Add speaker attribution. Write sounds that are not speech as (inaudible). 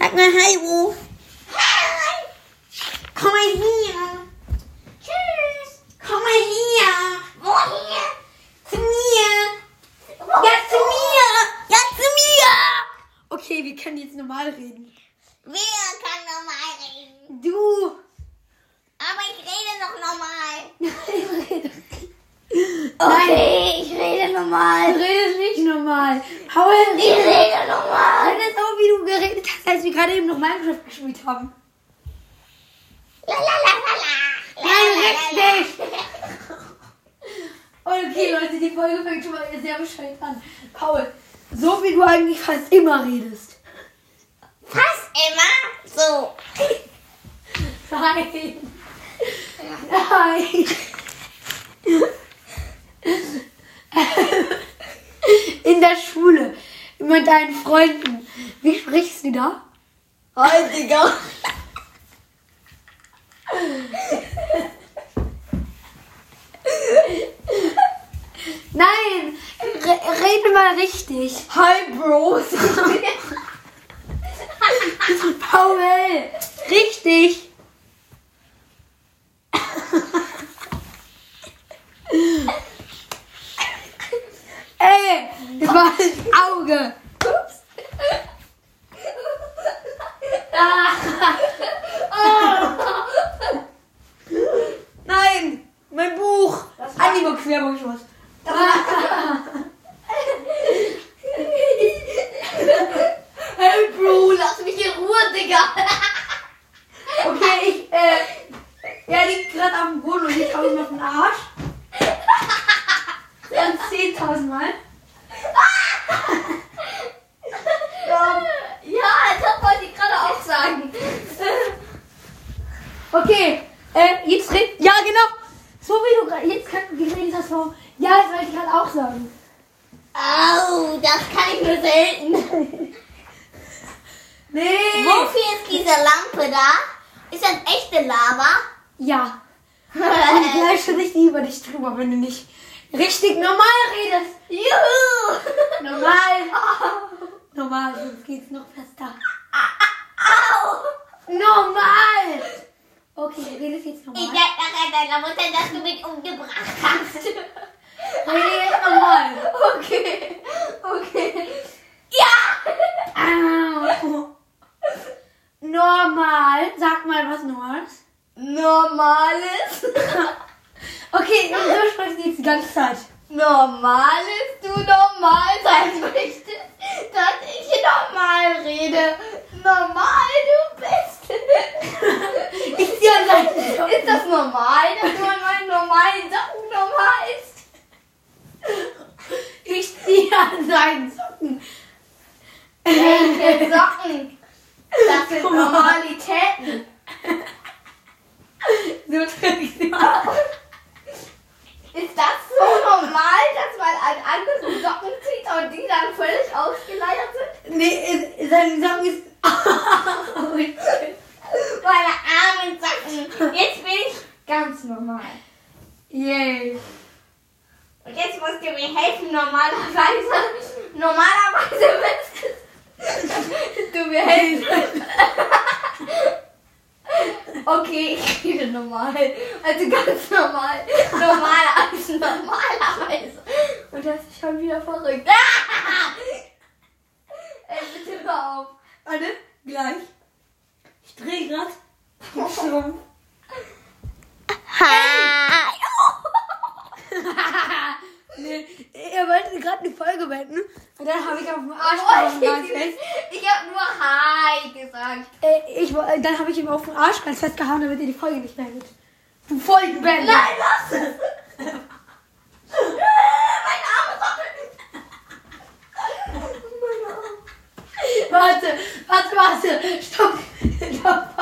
Speaker 1: Kairo. Komm mal hier.
Speaker 2: Tschüss.
Speaker 1: Komm mal hier.
Speaker 2: Woher?
Speaker 1: Zu mir. Ja, zu mir. Ja, zu mir. Okay, wir können jetzt normal reden.
Speaker 2: Wer kann normal reden?
Speaker 1: Du.
Speaker 2: Aber ich rede noch normal.
Speaker 1: Nein,
Speaker 2: ich rede normal.
Speaker 1: du redest nicht normal. Paul,
Speaker 2: Ich
Speaker 1: redest
Speaker 2: rede normal.
Speaker 1: so, wie du geredet hast, als wir gerade eben noch Minecraft gespielt haben.
Speaker 2: La la la la la.
Speaker 1: Nein, richtig. Okay, Leute, die Folge fängt schon mal sehr bescheuert an. Paul, so wie du eigentlich fast immer redest.
Speaker 2: Fast immer so.
Speaker 1: Nein. Nein. In der Schule. Mit deinen Freunden. Wie sprichst du da?
Speaker 2: Heute, Digga.
Speaker 1: Nein. Re rede mal richtig.
Speaker 2: Hi, Bros.
Speaker 1: Paul. Richtig. Ey, das war das Auge. Ups. Nein, mein Buch. Anime Querbuchschuss.
Speaker 2: Hey, Bro, lass mich in Ruhe, Digga.
Speaker 1: Okay, ich, äh, er liegt gerade auf dem Boden und ich hau ihm auf den Arsch. Dann 10.000 Mal.
Speaker 2: (laughs) Ja, das wollte ich gerade auch sagen.
Speaker 1: Okay, äh, jetzt red. Ja, genau. So wie du gerade jetzt grad geredet hast, Frau. Ja, das wollte ich gerade auch sagen.
Speaker 2: Au, das kann ich nur selten.
Speaker 1: Nee.
Speaker 2: Wofür ist diese Lampe da? Ist das echte Lava?
Speaker 1: Ja. Und gleich schon ich die über dich drüber, wenn du nicht richtig normal redest.
Speaker 2: Juhu!
Speaker 1: Normal. Normal, sonst geht's noch fester.
Speaker 2: (laughs) Au!
Speaker 1: Normal. Okay, du redest jetzt normal.
Speaker 2: Ich sag nachher deiner Mutter, dass du mich umgebracht hast.
Speaker 1: Rede
Speaker 2: (laughs)
Speaker 1: jetzt normal.
Speaker 2: Okay, okay. (laughs) Ja!
Speaker 1: Au. Normal. Sag mal was Normales.
Speaker 2: Normales?
Speaker 1: (laughs) Okay,
Speaker 2: (laughs)
Speaker 1: und so sprichst du jetzt die ganze Zeit.
Speaker 2: Normales, du normal sein möchtest, dass ich normal rede. Normal du bist.
Speaker 1: (laughs) Ich zieh an seinen Socken.
Speaker 2: Ist das normal, dass du an meinen normalen Sachen normal ist?
Speaker 1: Ich ziehe an seinen Socken. (laughs)
Speaker 2: Welche Socken? Das sind Normalitäten.
Speaker 1: (laughs) So trickst du aus.
Speaker 2: Ist das so normal, dass man an anderen Socken zieht und die dann völlig ausgeleiert sind?
Speaker 1: Nee, äh, seine Socken ist.
Speaker 2: Meine armen Socken. Jetzt bin ich (laughs) ganz normal.
Speaker 1: Yay.
Speaker 2: Und jetzt musst du mir helfen, normalerweise. Normalerweise (laughs) müsstest du mir helfen. (laughs) Okay, ich rede normal. Also ganz normal. Normaler als normalerweise. Und das ist schon wieder verrückt. Ah! Ey, bitte hör auf.
Speaker 1: Warte, gleich. Ich drehe grad.
Speaker 2: (laughs)
Speaker 1: Schrumpf.
Speaker 2: Hi.
Speaker 1: nee, er wollte gerade eine Folge beenden. Und dann habe ich auf
Speaker 2: Oh,
Speaker 1: den Arsch gehauen, ganz fest.
Speaker 2: Ich habe nur Hi gesagt.
Speaker 1: Äh, ich, wo- äh, dann habe ich ihm auf den Arsch ganz fest gehauen, damit er die Folge nicht beendet. Du Folgen beendet.
Speaker 2: Nein, (laughs) lass es! mein Arm ist
Speaker 1: (laughs) Warte, warte, warte. Stopp. Stopp. äh,